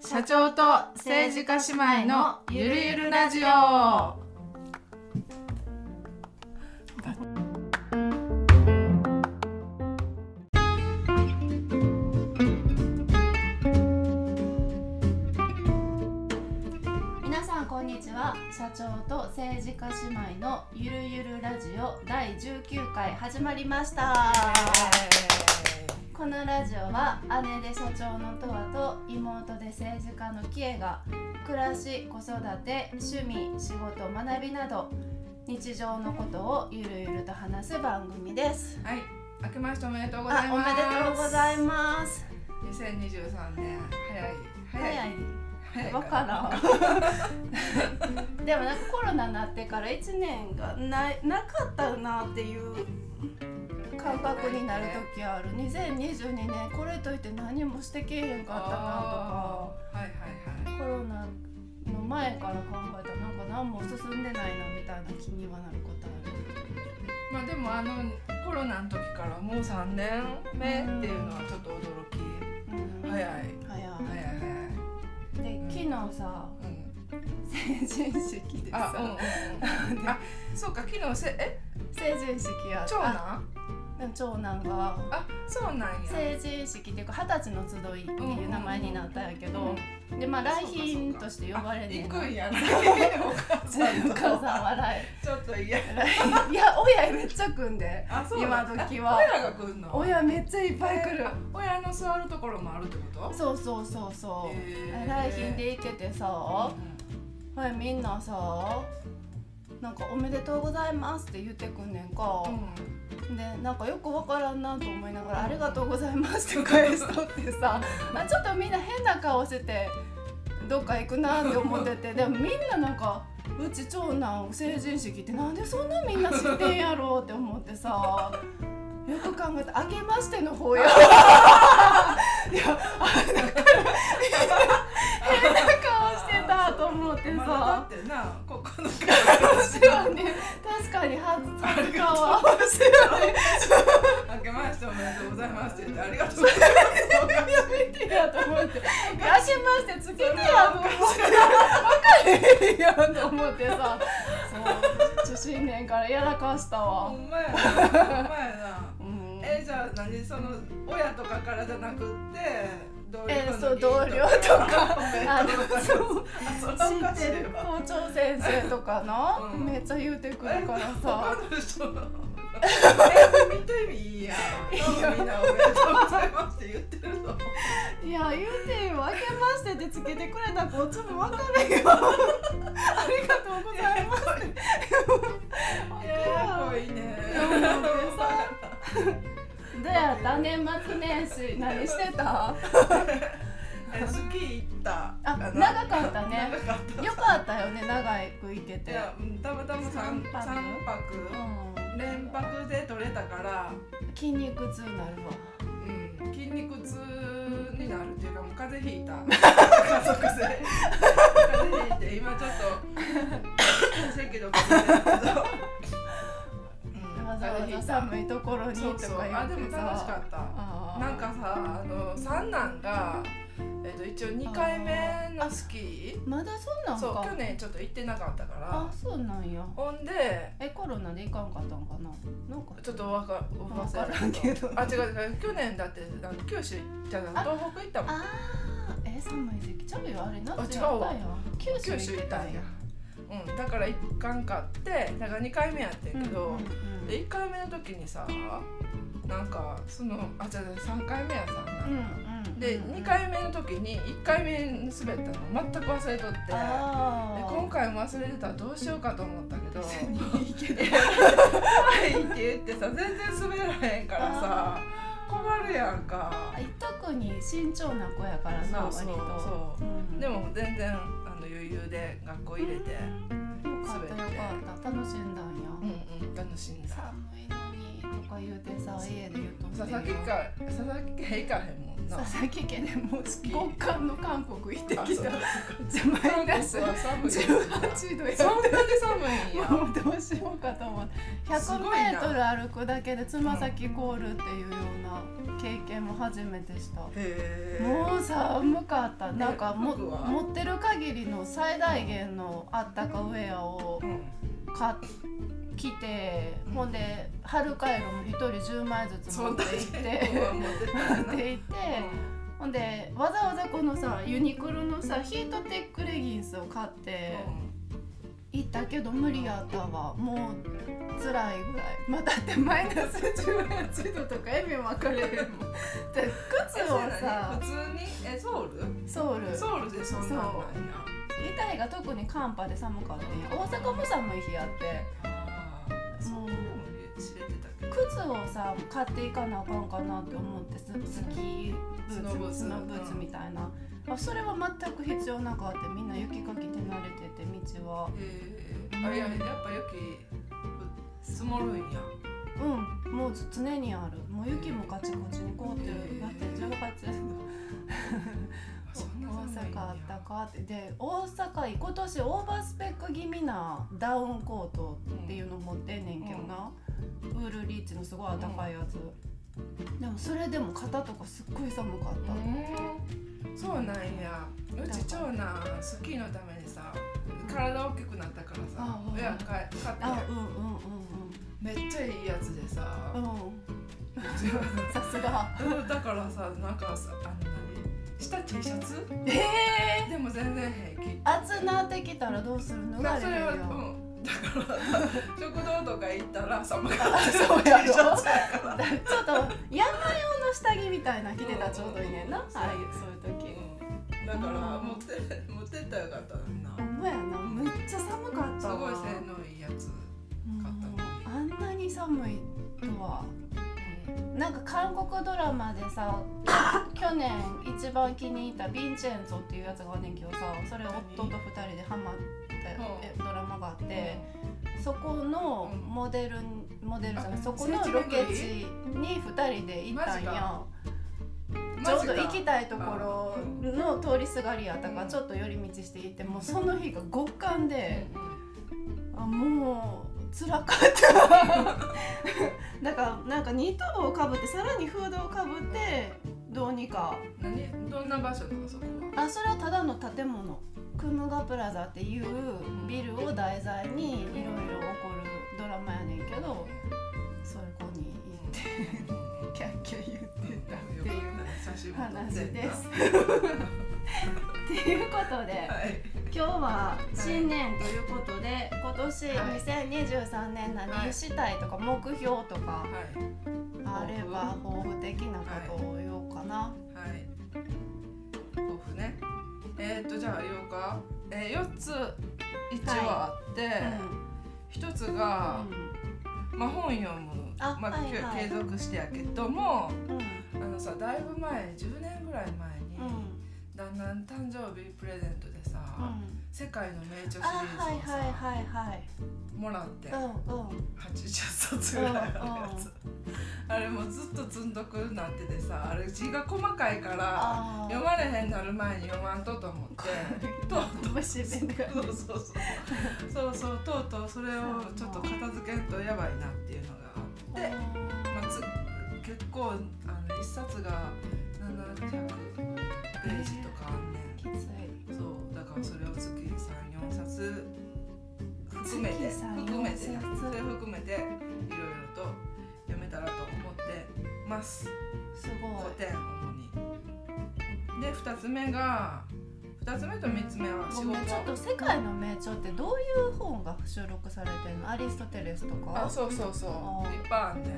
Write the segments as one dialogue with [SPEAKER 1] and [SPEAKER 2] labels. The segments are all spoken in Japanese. [SPEAKER 1] 社長と政治家姉妹のゆるゆるラジオ
[SPEAKER 2] 皆さんこんにちは社長と政治家姉妹のゆるゆるラジオ第19回始まりましたこのラジオは姉で社長のとわと妹で政治家のキエが暮らし子育て趣味仕事学びなど日常のことをゆるゆると話す番組です
[SPEAKER 1] はい明けましておめでとうござい
[SPEAKER 2] あお
[SPEAKER 1] ます
[SPEAKER 2] めでとうございます
[SPEAKER 1] す2023年早い
[SPEAKER 2] 早い
[SPEAKER 1] 早い
[SPEAKER 2] わから んでもなんかコロナになってから1年がないなかったなっていう感覚になる時ある2022年これといって何もしてけえへんか
[SPEAKER 1] あ
[SPEAKER 2] っ
[SPEAKER 1] ーはいはいは
[SPEAKER 2] たなとかコロナの前から考えたらなんか何も進んでないなみたいな気にはなることある
[SPEAKER 1] いまあでもあのコロナの時からもう三年目っていうのはちょっと驚き、
[SPEAKER 2] うん
[SPEAKER 1] 早い
[SPEAKER 2] 早
[SPEAKER 1] 早い
[SPEAKER 2] い
[SPEAKER 1] 早い
[SPEAKER 2] で昨日さ
[SPEAKER 1] うん
[SPEAKER 2] 成人式で
[SPEAKER 1] あ
[SPEAKER 2] さ、
[SPEAKER 1] うんうんうんあそうか昨日せえ
[SPEAKER 2] 成人式や
[SPEAKER 1] 長男
[SPEAKER 2] あ長男が
[SPEAKER 1] あそうなんや
[SPEAKER 2] 成人式っていうか二十歳の集いっていう名前になったんやけど、
[SPEAKER 1] う
[SPEAKER 2] でまあ来賓として呼ばれて
[SPEAKER 1] 行
[SPEAKER 2] ん
[SPEAKER 1] く
[SPEAKER 2] の
[SPEAKER 1] んやねお母
[SPEAKER 2] 全
[SPEAKER 1] さんと
[SPEAKER 2] 部お 母さん笑
[SPEAKER 1] ちょっと嫌
[SPEAKER 2] い来賓いや親めっちゃ組んで
[SPEAKER 1] あそう
[SPEAKER 2] 今
[SPEAKER 1] なん
[SPEAKER 2] 時は
[SPEAKER 1] あ親が来るの
[SPEAKER 2] 親めっちゃいっぱい来る
[SPEAKER 1] あ親の座るところもあるってこと
[SPEAKER 2] そうそうそうそう、
[SPEAKER 1] へー
[SPEAKER 2] 来賓で行けてさ、は
[SPEAKER 1] う
[SPEAKER 2] い、みんなさなんか「おめでとうございます」って言ってくんねんか、
[SPEAKER 1] ん
[SPEAKER 2] でなんかよくわからんなと思いながら「ありがとうございます」って返しとってさあちょっとみんな変な顔しててどっか行くなって思って てでもみんななんかうち長男成人式ってなんでそんなみんな知ってんやろうって思ってさ。よく考えた「明けまして」の 方やいやあだから変な顔してたと思って
[SPEAKER 1] ま
[SPEAKER 2] さ
[SPEAKER 1] だだってなここの
[SPEAKER 2] 私はね確かに恥ずかしかわ
[SPEAKER 1] 明けましておめでとうございますって言ってありがとうござい
[SPEAKER 2] やめてやと思って「ガシましてつけてや」と思って「分かれへんやん」と思ってさそう新年からやらかした
[SPEAKER 1] ますほ
[SPEAKER 2] わ
[SPEAKER 1] んまやなほんまやな
[SPEAKER 2] うん
[SPEAKER 1] えじゃあ何その親とかからじゃなくって同僚
[SPEAKER 2] え
[SPEAKER 1] の
[SPEAKER 2] そう
[SPEAKER 1] 時
[SPEAKER 2] 同僚と かあのそう
[SPEAKER 1] あそれおかし
[SPEAKER 2] 知って
[SPEAKER 1] い
[SPEAKER 2] る
[SPEAKER 1] わ
[SPEAKER 2] 校長先生とかな、
[SPEAKER 1] うん
[SPEAKER 2] めっちゃ言うてくるからさ
[SPEAKER 1] 他の人のえ見てみいいやん多分みんなおめでとうございますって言ってるの
[SPEAKER 2] いや言うてよ「明けまして」ってつけてくれたこっちも分かれへんわありがとうございます
[SPEAKER 1] いやいね
[SPEAKER 2] どうやった年末年始何してた
[SPEAKER 1] えスキー行った
[SPEAKER 2] あ
[SPEAKER 1] の
[SPEAKER 2] 長かったね
[SPEAKER 1] 長かった
[SPEAKER 2] よかったよね長いく行け
[SPEAKER 1] い
[SPEAKER 2] て
[SPEAKER 1] やうんたまたま三
[SPEAKER 2] 三泊
[SPEAKER 1] 三泊
[SPEAKER 2] う
[SPEAKER 1] 連泊で取れたから、
[SPEAKER 2] ん筋肉痛になるわ
[SPEAKER 1] うん、筋肉痛になるっていうかもう風邪ひいた 家族で風邪ひいて今ちょっと 咳とか出てるけど、うん
[SPEAKER 2] わざ
[SPEAKER 1] 風邪
[SPEAKER 2] わ
[SPEAKER 1] ひい
[SPEAKER 2] ざ
[SPEAKER 1] た
[SPEAKER 2] 寒いところにと
[SPEAKER 1] そう
[SPEAKER 2] か
[SPEAKER 1] そう
[SPEAKER 2] 言
[SPEAKER 1] あ
[SPEAKER 2] っ
[SPEAKER 1] でも
[SPEAKER 2] て
[SPEAKER 1] 楽しか
[SPEAKER 2] さ
[SPEAKER 1] った
[SPEAKER 2] あー
[SPEAKER 1] なんかさあの三男が、えっと一応2回目のスキ
[SPEAKER 2] まだそんな
[SPEAKER 1] ー
[SPEAKER 2] ん
[SPEAKER 1] そう
[SPEAKER 2] か
[SPEAKER 1] 去年ちょっと行ってなかったから
[SPEAKER 2] あそうなんや
[SPEAKER 1] ほんで
[SPEAKER 2] えコロナで行かんかったんかななんか
[SPEAKER 1] ちょっとわか
[SPEAKER 2] わ
[SPEAKER 1] 忘
[SPEAKER 2] か
[SPEAKER 1] れ
[SPEAKER 2] らんけど
[SPEAKER 1] あ違う違う去年だってあの九州じゃあ
[SPEAKER 2] あ
[SPEAKER 1] 東北行ったもん
[SPEAKER 2] あーえ寒い時期ちゃうよあれ
[SPEAKER 1] あ違
[SPEAKER 2] 夏
[SPEAKER 1] う
[SPEAKER 2] やった
[SPEAKER 1] わ
[SPEAKER 2] やん九州
[SPEAKER 1] 九州行
[SPEAKER 2] 行
[SPEAKER 1] っ
[SPEAKER 2] ったた
[SPEAKER 1] ん
[SPEAKER 2] ん
[SPEAKER 1] や
[SPEAKER 2] や、
[SPEAKER 1] うん、だから行かんかってだから2回目やってんけど、
[SPEAKER 2] うんうんうん
[SPEAKER 1] で1回目の時にさなんかそのあ違う違う3回目やさ、
[SPEAKER 2] うんうん
[SPEAKER 1] で2回目の時に1回目滑ったの全く忘れとって。
[SPEAKER 2] あ
[SPEAKER 1] で
[SPEAKER 2] ー
[SPEAKER 1] 今回も忘れてたらどうしようかと思ったけど
[SPEAKER 2] 別
[SPEAKER 1] 「
[SPEAKER 2] にいいけ
[SPEAKER 1] は
[SPEAKER 2] ど
[SPEAKER 1] い」って言ってさ全然滑らへんからさ困るやんか
[SPEAKER 2] 特に慎重な子やからな
[SPEAKER 1] そうそう
[SPEAKER 2] 割と
[SPEAKER 1] そう
[SPEAKER 2] うん
[SPEAKER 1] でも全然あの余裕で学校入れて
[SPEAKER 2] よかったよかった楽しんだんや、
[SPEAKER 1] うんうん楽しんだ
[SPEAKER 2] 寒いのにとか言うてさ家で言うとって
[SPEAKER 1] 佐々木か佐々木家行かへんもんな
[SPEAKER 2] 佐々木家でもう
[SPEAKER 1] 木
[SPEAKER 2] 極寒の韓国行って
[SPEAKER 1] あ
[SPEAKER 2] き
[SPEAKER 1] そう
[SPEAKER 2] た
[SPEAKER 1] 韓
[SPEAKER 2] マイナス
[SPEAKER 1] 国は寒い
[SPEAKER 2] 18度や
[SPEAKER 1] そんなに寒いんや
[SPEAKER 2] もうどうしようかと思って
[SPEAKER 1] すごいな
[SPEAKER 2] 100メートル歩くだけでつま先凍るっていうような経験も初めてした
[SPEAKER 1] へえ
[SPEAKER 2] もう寒かった
[SPEAKER 1] ね
[SPEAKER 2] なんかも
[SPEAKER 1] 僕は
[SPEAKER 2] 持ってる限りの最大限のあったかウェアを
[SPEAKER 1] ん
[SPEAKER 2] 買ってきてほんで春回路も一人10枚ずつ
[SPEAKER 1] そ
[SPEAKER 2] 持っ
[SPEAKER 1] んだ
[SPEAKER 2] て
[SPEAKER 1] け
[SPEAKER 2] 行って
[SPEAKER 1] 僕は持ってた
[SPEAKER 2] 持
[SPEAKER 1] よ
[SPEAKER 2] っ
[SPEAKER 1] な
[SPEAKER 2] ていてほんでわざわざこのさユニクロのさヒートテックレギンスを買って行ったけど無理やったわもう辛いぐらいまあだってマイナス18度とか意味分かれへんもんで靴をさ
[SPEAKER 1] 普通にえソウル
[SPEAKER 2] ソウル
[SPEAKER 1] ソウルでそんなんなんや
[SPEAKER 2] 遺体が特に寒波で寒かったんや大阪も寒い日やって
[SPEAKER 1] あーそうでも知れてたけど
[SPEAKER 2] 靴をさ買っていかなあかんかなって思ってススキーブ
[SPEAKER 1] スノブ
[SPEAKER 2] ー
[SPEAKER 1] ーツ
[SPEAKER 2] ツスノブーツみたいな、あそれは全く必要なかってみんな雪かき手慣れてて道は
[SPEAKER 1] えー、あいややっぱ雪積もるんや
[SPEAKER 2] うんもう常にあるもう雪もカチコチに凍ってる
[SPEAKER 1] へえ
[SPEAKER 2] だって18度
[SPEAKER 1] あそんな寒いんや
[SPEAKER 2] 大阪あったかってで大阪今年オーバースペック気味なダウンコートっていうの持ってんねんけどな、ウールリーチのすごいあったかいやつ、でもそれでも肩とかすっごい寒かった、
[SPEAKER 1] うんそうなんやうち長男スキーのためにさ体大きくなったからさ
[SPEAKER 2] あうん
[SPEAKER 1] 親買い買った
[SPEAKER 2] あ
[SPEAKER 1] よ
[SPEAKER 2] うんうん
[SPEAKER 1] めっちゃいいやつでさ
[SPEAKER 2] うんうんうんさすが
[SPEAKER 1] だからさなんかさあの何下 T シャツ
[SPEAKER 2] ええ
[SPEAKER 1] でも全然平気
[SPEAKER 2] ー、暑なってきたらどうするのが
[SPEAKER 1] まあ
[SPEAKER 2] れ
[SPEAKER 1] そ
[SPEAKER 2] る
[SPEAKER 1] れは、う
[SPEAKER 2] よ
[SPEAKER 1] ん、だから食堂とか行った ら寒かった
[SPEAKER 2] そう やろ
[SPEAKER 1] T シャツやから
[SPEAKER 2] ちょっと山用の下着みたいな着てたらちょうどいいねんな、
[SPEAKER 1] うん
[SPEAKER 2] ああいうそういう時
[SPEAKER 1] うんだから持って持ってったらよかったのにな
[SPEAKER 2] ほんまやなめっちゃ寒かっ
[SPEAKER 1] す
[SPEAKER 2] たわ
[SPEAKER 1] ごい性能いいやつ買ったのに
[SPEAKER 2] あんなに寒いとはなんか韓国ドラマでさ去年一番気に入ったヴィンチェンツォっていうやつがあんねんけどさそれ夫と二人でハマって えドラマがあってそこの
[SPEAKER 1] うん
[SPEAKER 2] モデルモデルじゃない
[SPEAKER 1] あ
[SPEAKER 2] そこのロケ地に二人で行ったん
[SPEAKER 1] マジ
[SPEAKER 2] や
[SPEAKER 1] か
[SPEAKER 2] ちょうど
[SPEAKER 1] マジ
[SPEAKER 2] 行き
[SPEAKER 1] か
[SPEAKER 2] たいところの通りすがりやったか
[SPEAKER 1] う
[SPEAKER 2] ら
[SPEAKER 1] ん
[SPEAKER 2] ちょっと寄り道して行ってもうその日が極寒で。あもう辛かった だからなんかニット帽をかぶってさらにフードをかぶってどうにか
[SPEAKER 1] 何どんな場所なのそこは
[SPEAKER 2] あそれはただの建物クムガプラザっていうビルを題材にいろいろ起こるドラマやねんけどそこに行ってキャッキャ言ってたっていう話です。っていうことで
[SPEAKER 1] はい、
[SPEAKER 2] 今日は新年ということで今年2023年何したいとか目標と
[SPEAKER 1] はい、
[SPEAKER 2] かあれば抱負的なことを言おうかな。
[SPEAKER 1] はい。豆腐ね。えっ、と、じゃあ、言おうか。えー、四つ。一はあって、
[SPEAKER 2] うん
[SPEAKER 1] 一、つが、まあ、本読む。
[SPEAKER 2] あ
[SPEAKER 1] ま
[SPEAKER 2] はい
[SPEAKER 1] きょ
[SPEAKER 2] はい
[SPEAKER 1] 継続してやけども、
[SPEAKER 2] うん
[SPEAKER 1] あのさ、だいぶ前、十年ぐらい前に。
[SPEAKER 2] うん
[SPEAKER 1] だんだん誕生日プレゼントでさ、
[SPEAKER 2] うん
[SPEAKER 1] 世界の名著シリ
[SPEAKER 2] あ
[SPEAKER 1] ーズ
[SPEAKER 2] はい
[SPEAKER 1] をさ、
[SPEAKER 2] はいはいはい。
[SPEAKER 1] もらって。
[SPEAKER 2] うんうん
[SPEAKER 1] 80冊ぐらいあるやつ、あれもうずっと積んどくなっててさあれ字が細かいから
[SPEAKER 2] あ
[SPEAKER 1] 読まれへんなる前に読まんとと思って とう
[SPEAKER 2] ー。どうしてんだ
[SPEAKER 1] そうそうそうそうそうとうとうそれをちょっと片付けんとやばいなっていうのがあって、まあ、つ結構あの一冊が700ページとかあんね
[SPEAKER 2] きつい。
[SPEAKER 1] んそうだからそれを月34冊含めて
[SPEAKER 2] 月3
[SPEAKER 1] 含めてそれ
[SPEAKER 2] 4冊
[SPEAKER 1] 含めていろいろと読めたらと思ってます
[SPEAKER 2] す
[SPEAKER 1] 古
[SPEAKER 2] ご。
[SPEAKER 1] 典主にで2つ目が2つ目と3つ目はい仕事
[SPEAKER 2] ごめんちょっと世界の名著ってどういう本が収録されてるの？アリストテレスと
[SPEAKER 1] あ
[SPEAKER 2] か？
[SPEAKER 1] そうそうそう
[SPEAKER 2] あー
[SPEAKER 1] いっぱいあんねん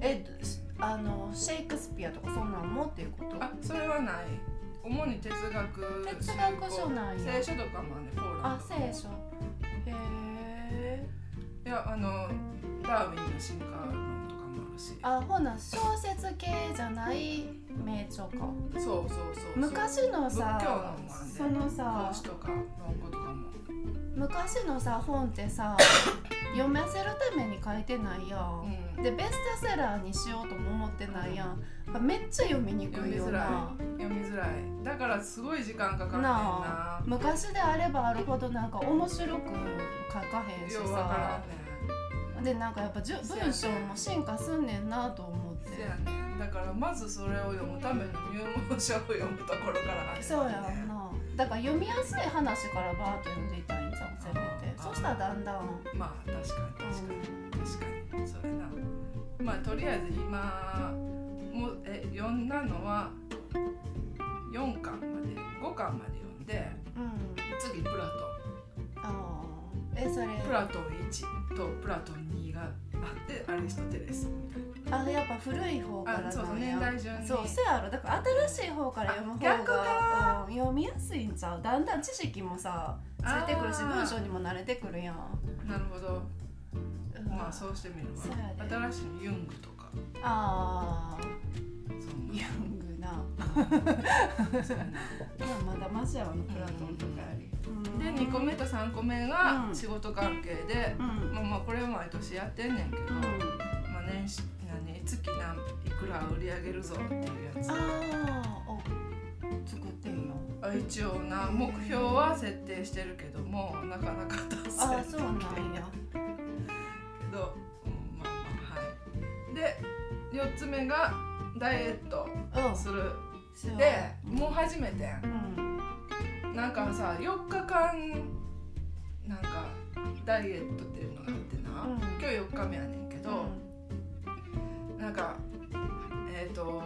[SPEAKER 2] えあのシェイクスピアとかそんなんもっていうこと？
[SPEAKER 1] あそれはない主に哲学
[SPEAKER 2] 哲学書なんや
[SPEAKER 1] 聖書とかもあんねんポーラン
[SPEAKER 2] あ
[SPEAKER 1] ドとか
[SPEAKER 2] 聖書。へえ。
[SPEAKER 1] いやあのダーウィンの進化論とかもあるし
[SPEAKER 2] あほな小説系じゃない名著か
[SPEAKER 1] そうそうそうそう
[SPEAKER 2] 昔の
[SPEAKER 1] 仏教の
[SPEAKER 2] さ
[SPEAKER 1] もあんねん
[SPEAKER 2] そのさ
[SPEAKER 1] 孔子とか論語とかも
[SPEAKER 2] 昔のさ本ってさ 読ませるために書いてないやん、
[SPEAKER 1] うん
[SPEAKER 2] でベストセラーにしようとも思ってないやん、やっぱめっちゃ読みにくいよな
[SPEAKER 1] 読みづらいだからすごい時間かかってん
[SPEAKER 2] な
[SPEAKER 1] な
[SPEAKER 2] あ昔であればあるほどなんか面白く書かへんし
[SPEAKER 1] ようわから
[SPEAKER 2] さ
[SPEAKER 1] んね
[SPEAKER 2] でなんかやっぱじゅ
[SPEAKER 1] そうやね
[SPEAKER 2] 文章も進化すんねんなと思って
[SPEAKER 1] せやねだからまずそれを読むための入門書を読むところから始
[SPEAKER 2] そう
[SPEAKER 1] ま
[SPEAKER 2] や
[SPEAKER 1] る
[SPEAKER 2] ん
[SPEAKER 1] ね
[SPEAKER 2] なだから読みやすい話からバーッと読んでいったらいいんじゃんせめて
[SPEAKER 1] あー
[SPEAKER 2] そしたらだんだん、うん、
[SPEAKER 1] まあ確かに確かに確かにそれなまあとりあえず今もうえ読んだのは4巻まで5巻まで読んで
[SPEAKER 2] うん、
[SPEAKER 1] 次プラト
[SPEAKER 2] あーえそれ
[SPEAKER 1] ンプラトン1とプラトン2があってアリストテレス
[SPEAKER 2] あやっぱ古い方から
[SPEAKER 1] あそうそう
[SPEAKER 2] なんや
[SPEAKER 1] 年代順に
[SPEAKER 2] そうせやろだから新しい方から読む
[SPEAKER 1] あ
[SPEAKER 2] 方
[SPEAKER 1] 逆
[SPEAKER 2] が、うん、読みやすいんちゃうだんだん知識もさついてくるし
[SPEAKER 1] あー
[SPEAKER 2] 文章にも慣れてくるやん、
[SPEAKER 1] なるほど
[SPEAKER 2] うん
[SPEAKER 1] まあそうしてみる
[SPEAKER 2] そうやで
[SPEAKER 1] わ新しいユングとか
[SPEAKER 2] あ
[SPEAKER 1] そ
[SPEAKER 2] ーヤングな
[SPEAKER 1] うそうやな
[SPEAKER 2] まあまだマシやわのプラトンとかより、うん
[SPEAKER 1] で2個目と3個目が
[SPEAKER 2] うん
[SPEAKER 1] 仕事関係で、
[SPEAKER 2] うん
[SPEAKER 1] まあまあこれは毎年やってんねんけど、
[SPEAKER 2] うん
[SPEAKER 1] まあ年始何月何いくら売り上げるぞっていうやつ
[SPEAKER 2] ああお作ってんよ
[SPEAKER 1] あ一応な目標は設定してるけどもなかなか達
[SPEAKER 2] あ
[SPEAKER 1] 成
[SPEAKER 2] あそうなんや
[SPEAKER 1] けど、うん、まあまあはいで4つ目がダイエット
[SPEAKER 2] うん
[SPEAKER 1] する
[SPEAKER 2] そう
[SPEAKER 1] でもう始めてん
[SPEAKER 2] うん
[SPEAKER 1] なんかさ4日間なんかダイエットっていうのがあってな、
[SPEAKER 2] うん
[SPEAKER 1] 今日4日目やねんけど、なんかえっ、と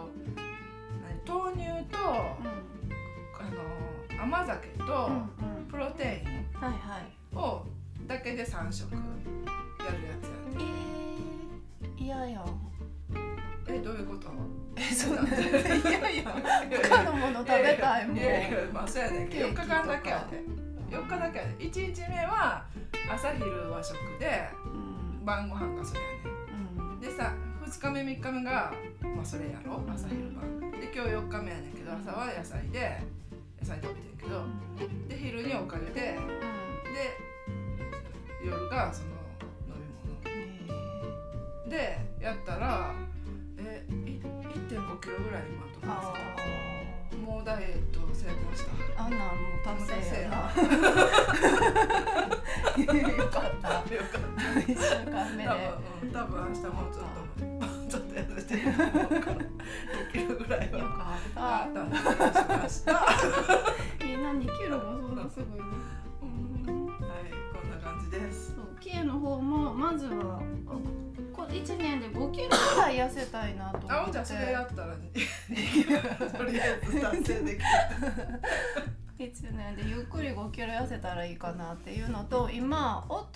[SPEAKER 1] 何豆乳と、
[SPEAKER 2] うん
[SPEAKER 1] あの甘酒と
[SPEAKER 2] うんうん
[SPEAKER 1] プロテイ
[SPEAKER 2] はいはい
[SPEAKER 1] ンをだけで3食やるやつやねん
[SPEAKER 2] えー、いやいや
[SPEAKER 1] えどういうこと
[SPEAKER 2] えそんな嫌やいや他のもの食べたいもん
[SPEAKER 1] やややまあそうやねんけど
[SPEAKER 2] ケー
[SPEAKER 1] 4
[SPEAKER 2] キと
[SPEAKER 1] 日
[SPEAKER 2] か
[SPEAKER 1] 間だけやで4日だけやで1日目は朝昼和食で
[SPEAKER 2] うん
[SPEAKER 1] 晩ご飯がそれやねん
[SPEAKER 2] うん
[SPEAKER 1] でさ2日目3日目が、まあ、それやろ朝昼晩で今日4日目やねんけど朝は野菜で野菜食べてんけどで昼におかげでで夜がその飲み物でやったらえい1 5キロぐらい今と
[SPEAKER 2] あ
[SPEAKER 1] かさもうダイエット成功した
[SPEAKER 2] ーあんなんもう達成やなよかった
[SPEAKER 1] よかっ
[SPEAKER 2] 一週間目
[SPEAKER 1] た
[SPEAKER 2] で
[SPEAKER 1] 多分、うん、多分明日もうちょっともうちょっと痩せてると思うから5キ ロぐらい
[SPEAKER 2] よ
[SPEAKER 1] は
[SPEAKER 2] か
[SPEAKER 1] あ
[SPEAKER 2] っ
[SPEAKER 1] ったんだけどしました
[SPEAKER 2] たいいな2キロもそんなすごいな
[SPEAKER 1] うんはい、こんな感じです。
[SPEAKER 2] そう K の方もまずはあこ1年で5キロぐらい痩せたいなと思って
[SPEAKER 1] あ、ほんじゃ、それやったら、とりあえず達成できた。
[SPEAKER 2] 1年でゆっくり5キロ痩せたらいいかなっていうのと今夫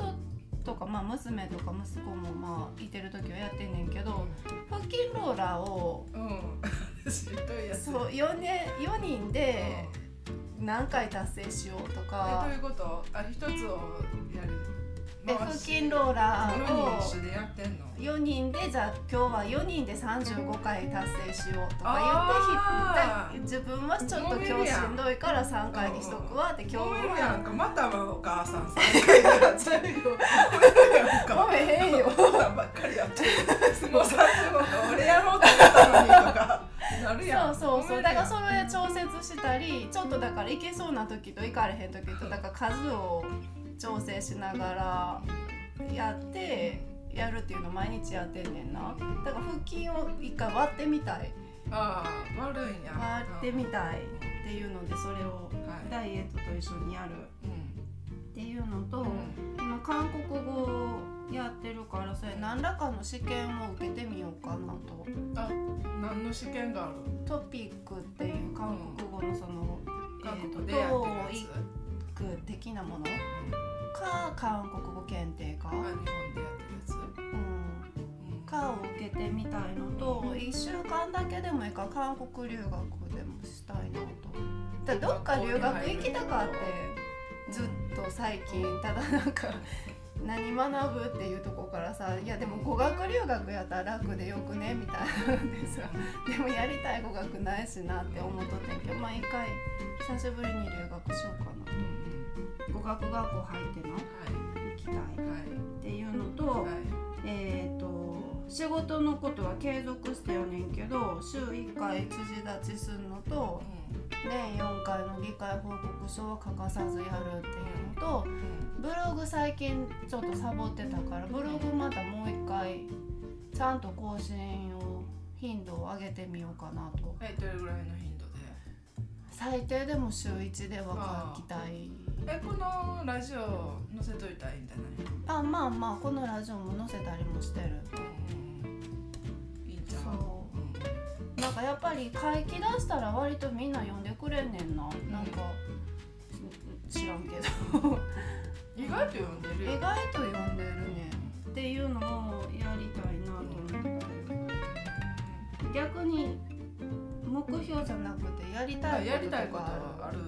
[SPEAKER 2] とか、まあ、娘とか息子もまあいてる時はやってんねんけど腹筋ローラーを
[SPEAKER 1] うん、しんどいやつ。
[SPEAKER 2] そう4年4人
[SPEAKER 1] うん。
[SPEAKER 2] で
[SPEAKER 1] え、
[SPEAKER 2] 何回達成しようと
[SPEAKER 1] ど
[SPEAKER 2] か
[SPEAKER 1] ういうこと、あ、一つをやる。
[SPEAKER 2] で
[SPEAKER 1] 回
[SPEAKER 2] 腹
[SPEAKER 1] し
[SPEAKER 2] 筋ローラ
[SPEAKER 1] 四
[SPEAKER 2] ーを
[SPEAKER 1] 人一緒でやってんの。
[SPEAKER 2] 4人でじゃあ今日は4人で35回達成しようとか言ってひ自分はちょっと今日しんどいから3回にしとくわって今日
[SPEAKER 1] 今日やん
[SPEAKER 2] は
[SPEAKER 1] か、またはお母さんさ。やっちゃうよ。やん
[SPEAKER 2] ご
[SPEAKER 1] か。
[SPEAKER 2] めへんよ。
[SPEAKER 1] お母さんばっかりやっちゃう。もう三十五か、俺やろうと思ったのにとか。なるやん。
[SPEAKER 2] そうそうそう
[SPEAKER 1] ごめん
[SPEAKER 2] だ
[SPEAKER 1] ね
[SPEAKER 2] からそれで調節したりちょっとだから行けそうな時と行かれへん時とだから数を調整しながらやってやるっていうの毎日やってんねんなだから腹筋を一回割ってみたい
[SPEAKER 1] ああ、悪いんや。
[SPEAKER 2] 割ってみたいっていうのでそれを
[SPEAKER 1] はい。
[SPEAKER 2] ダイエットと一緒にやる
[SPEAKER 1] うん。
[SPEAKER 2] っていうのと、
[SPEAKER 1] うん
[SPEAKER 2] 今韓国語をやってるからそれ何らかの試験を受けてみようかなと。
[SPEAKER 1] あ、何の試験がある？
[SPEAKER 2] トピックっていう韓国語のその、
[SPEAKER 1] 韓
[SPEAKER 2] えーと
[SPEAKER 1] 国でやってるやつ。
[SPEAKER 2] 教育的なもの
[SPEAKER 1] うん
[SPEAKER 2] か韓国語検定か、
[SPEAKER 1] あ、日本でやってるやつ。
[SPEAKER 2] うん、
[SPEAKER 1] うん
[SPEAKER 2] かを受けてみたいのと1週間だけでもいいから韓国留学でもしたいなとだからどっか留学行きたかってずっと最近ただなんか 何学ぶっていうとこからさいやでも語学留学やったら楽でよくねみたいなんでさ でもやりたい語学ないしなって思っとってんけどまあ一回久しぶりに留学しようかな
[SPEAKER 1] うん
[SPEAKER 2] 語学学校入ってな行きたい
[SPEAKER 1] うんはい
[SPEAKER 2] っていうのと、
[SPEAKER 1] はいはい。
[SPEAKER 2] えー、と仕事のことは継続してやねんけど週1回辻立ちすんのと年4回の議会報告書を欠かさずやるっていうのと
[SPEAKER 1] うんうん
[SPEAKER 2] ブログ最近ちょっとサボってたからブログまたもう1回ちゃんと更新を頻頻度を上げてみようかなと
[SPEAKER 1] えどれぐらいの頻度で
[SPEAKER 2] 最低でも週1では書きたい
[SPEAKER 1] えこのラジオ載せといたらいいんじゃない
[SPEAKER 2] あまあまあこのラジオも載せたりもしてる
[SPEAKER 1] うんいいんちゃう
[SPEAKER 2] そ
[SPEAKER 1] うん
[SPEAKER 2] なんかやっぱり書き出したら割とみんな読んでくれんねんななんかし知らんけど
[SPEAKER 1] 意外と読んでる
[SPEAKER 2] 意
[SPEAKER 1] よ
[SPEAKER 2] 外と読んでるねっていうのをやりたいなと思って逆に目標じゃなくてやり
[SPEAKER 1] だか
[SPEAKER 2] た
[SPEAKER 1] ら
[SPEAKER 2] い
[SPEAKER 1] やりたいこと
[SPEAKER 2] が
[SPEAKER 1] はある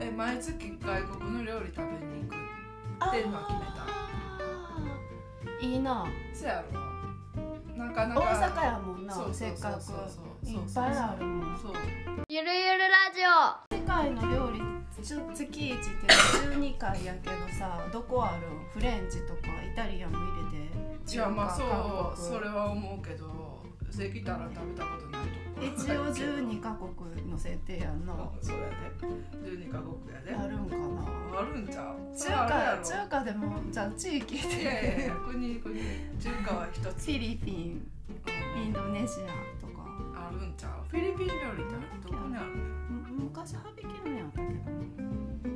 [SPEAKER 1] え毎月外国の料理食べに行くっていうのは決めた
[SPEAKER 2] あーいいな
[SPEAKER 1] せやろなかな
[SPEAKER 2] 大
[SPEAKER 1] か
[SPEAKER 2] 阪やもんな
[SPEAKER 1] そうそう
[SPEAKER 2] せ
[SPEAKER 1] そう
[SPEAKER 2] っかく
[SPEAKER 1] そうそう
[SPEAKER 2] いっぱいあるもん
[SPEAKER 1] そう
[SPEAKER 2] ゆるゆるラジオ世界の料理ちょ月1って12回やけどさどこあるんフレンチとかイタリアンも入れて
[SPEAKER 1] いやまあ
[SPEAKER 2] 中華
[SPEAKER 1] そうそ
[SPEAKER 2] 韓
[SPEAKER 1] れは思うけどできたら食べたことないと
[SPEAKER 2] 国
[SPEAKER 1] 思う
[SPEAKER 2] 一応12カ国の設定やんな
[SPEAKER 1] うんそうやで12カ国やで
[SPEAKER 2] あるんかな
[SPEAKER 1] あるんちゃう
[SPEAKER 2] 中
[SPEAKER 1] あ
[SPEAKER 2] 華
[SPEAKER 1] るや
[SPEAKER 2] 中華でもじゃあ地域
[SPEAKER 1] ろいやいやい
[SPEAKER 2] で
[SPEAKER 1] や国国中華は一つ
[SPEAKER 2] フィリピンインドネシアとか
[SPEAKER 1] あるんちゃうフィリピン料理ってあるどこにあるの
[SPEAKER 2] む昔ハビキンやったけど
[SPEAKER 1] う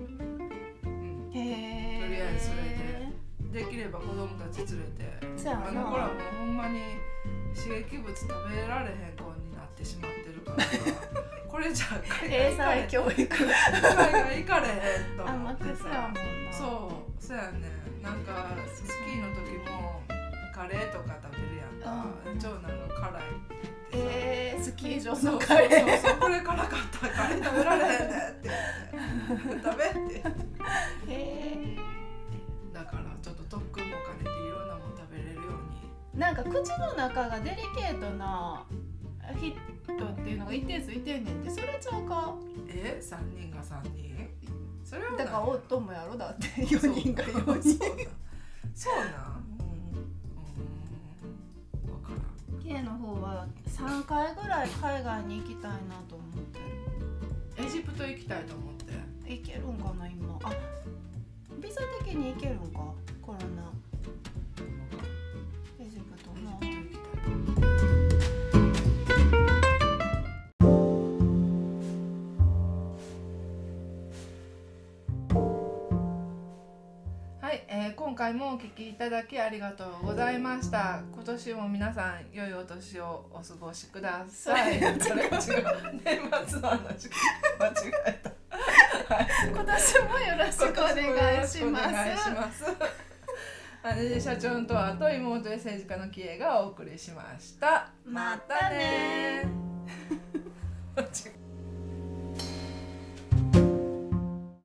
[SPEAKER 1] ん
[SPEAKER 2] へえ
[SPEAKER 1] とりあえずそれできれば子供たち連れて
[SPEAKER 2] そやな
[SPEAKER 1] あの頃はもうほんまに刺激物食べられへん子になってしまってるから さこれじゃ
[SPEAKER 2] 英
[SPEAKER 1] 海
[SPEAKER 2] 才
[SPEAKER 1] 外行
[SPEAKER 2] 教育
[SPEAKER 1] かれ海外行かれへんと思
[SPEAKER 2] 甘
[SPEAKER 1] っ
[SPEAKER 2] く
[SPEAKER 1] て
[SPEAKER 2] そやも
[SPEAKER 1] さ
[SPEAKER 2] んな
[SPEAKER 1] そうそうやねなんかスキーの時もカレーとか食べるやんか、
[SPEAKER 2] うん
[SPEAKER 1] 長男が辛いって言ってさ
[SPEAKER 2] えー、スキー場
[SPEAKER 1] そ
[SPEAKER 2] の
[SPEAKER 1] う
[SPEAKER 2] カレー
[SPEAKER 1] そうそうそうこれ辛かったカレー食べられへんねって 言って食べって
[SPEAKER 2] へ
[SPEAKER 1] だからちょっと特訓も兼ねていろんなもの食べれるように
[SPEAKER 2] ーなんか口の中がデリケートなヒットっていうのが一定数いてんねんってそれちゃうか
[SPEAKER 1] え三人が三人それは
[SPEAKER 2] だから
[SPEAKER 1] お
[SPEAKER 2] 夫もやろだって4人が4人
[SPEAKER 1] そうなんそうなんうんうんわからん
[SPEAKER 2] K の方は3回ぐらい海外に行きたいなと思ってる
[SPEAKER 1] エジプト行きたいと思って
[SPEAKER 2] 行けるんかな今あビザ的に行けるんかコロナエジプト
[SPEAKER 1] エジ
[SPEAKER 2] な
[SPEAKER 1] プト行きたいはい、えー、今回もお聞きいただきありがとうございました。今年も皆さん良いお年をお過ごしください。
[SPEAKER 2] それ
[SPEAKER 1] あれ違う年末の話間違えた。
[SPEAKER 2] 今年もよろしくお願いします
[SPEAKER 1] お願いします。姉で社長とあと妹で政治家のキエがお送りしました。
[SPEAKER 2] またね
[SPEAKER 1] またね間違えた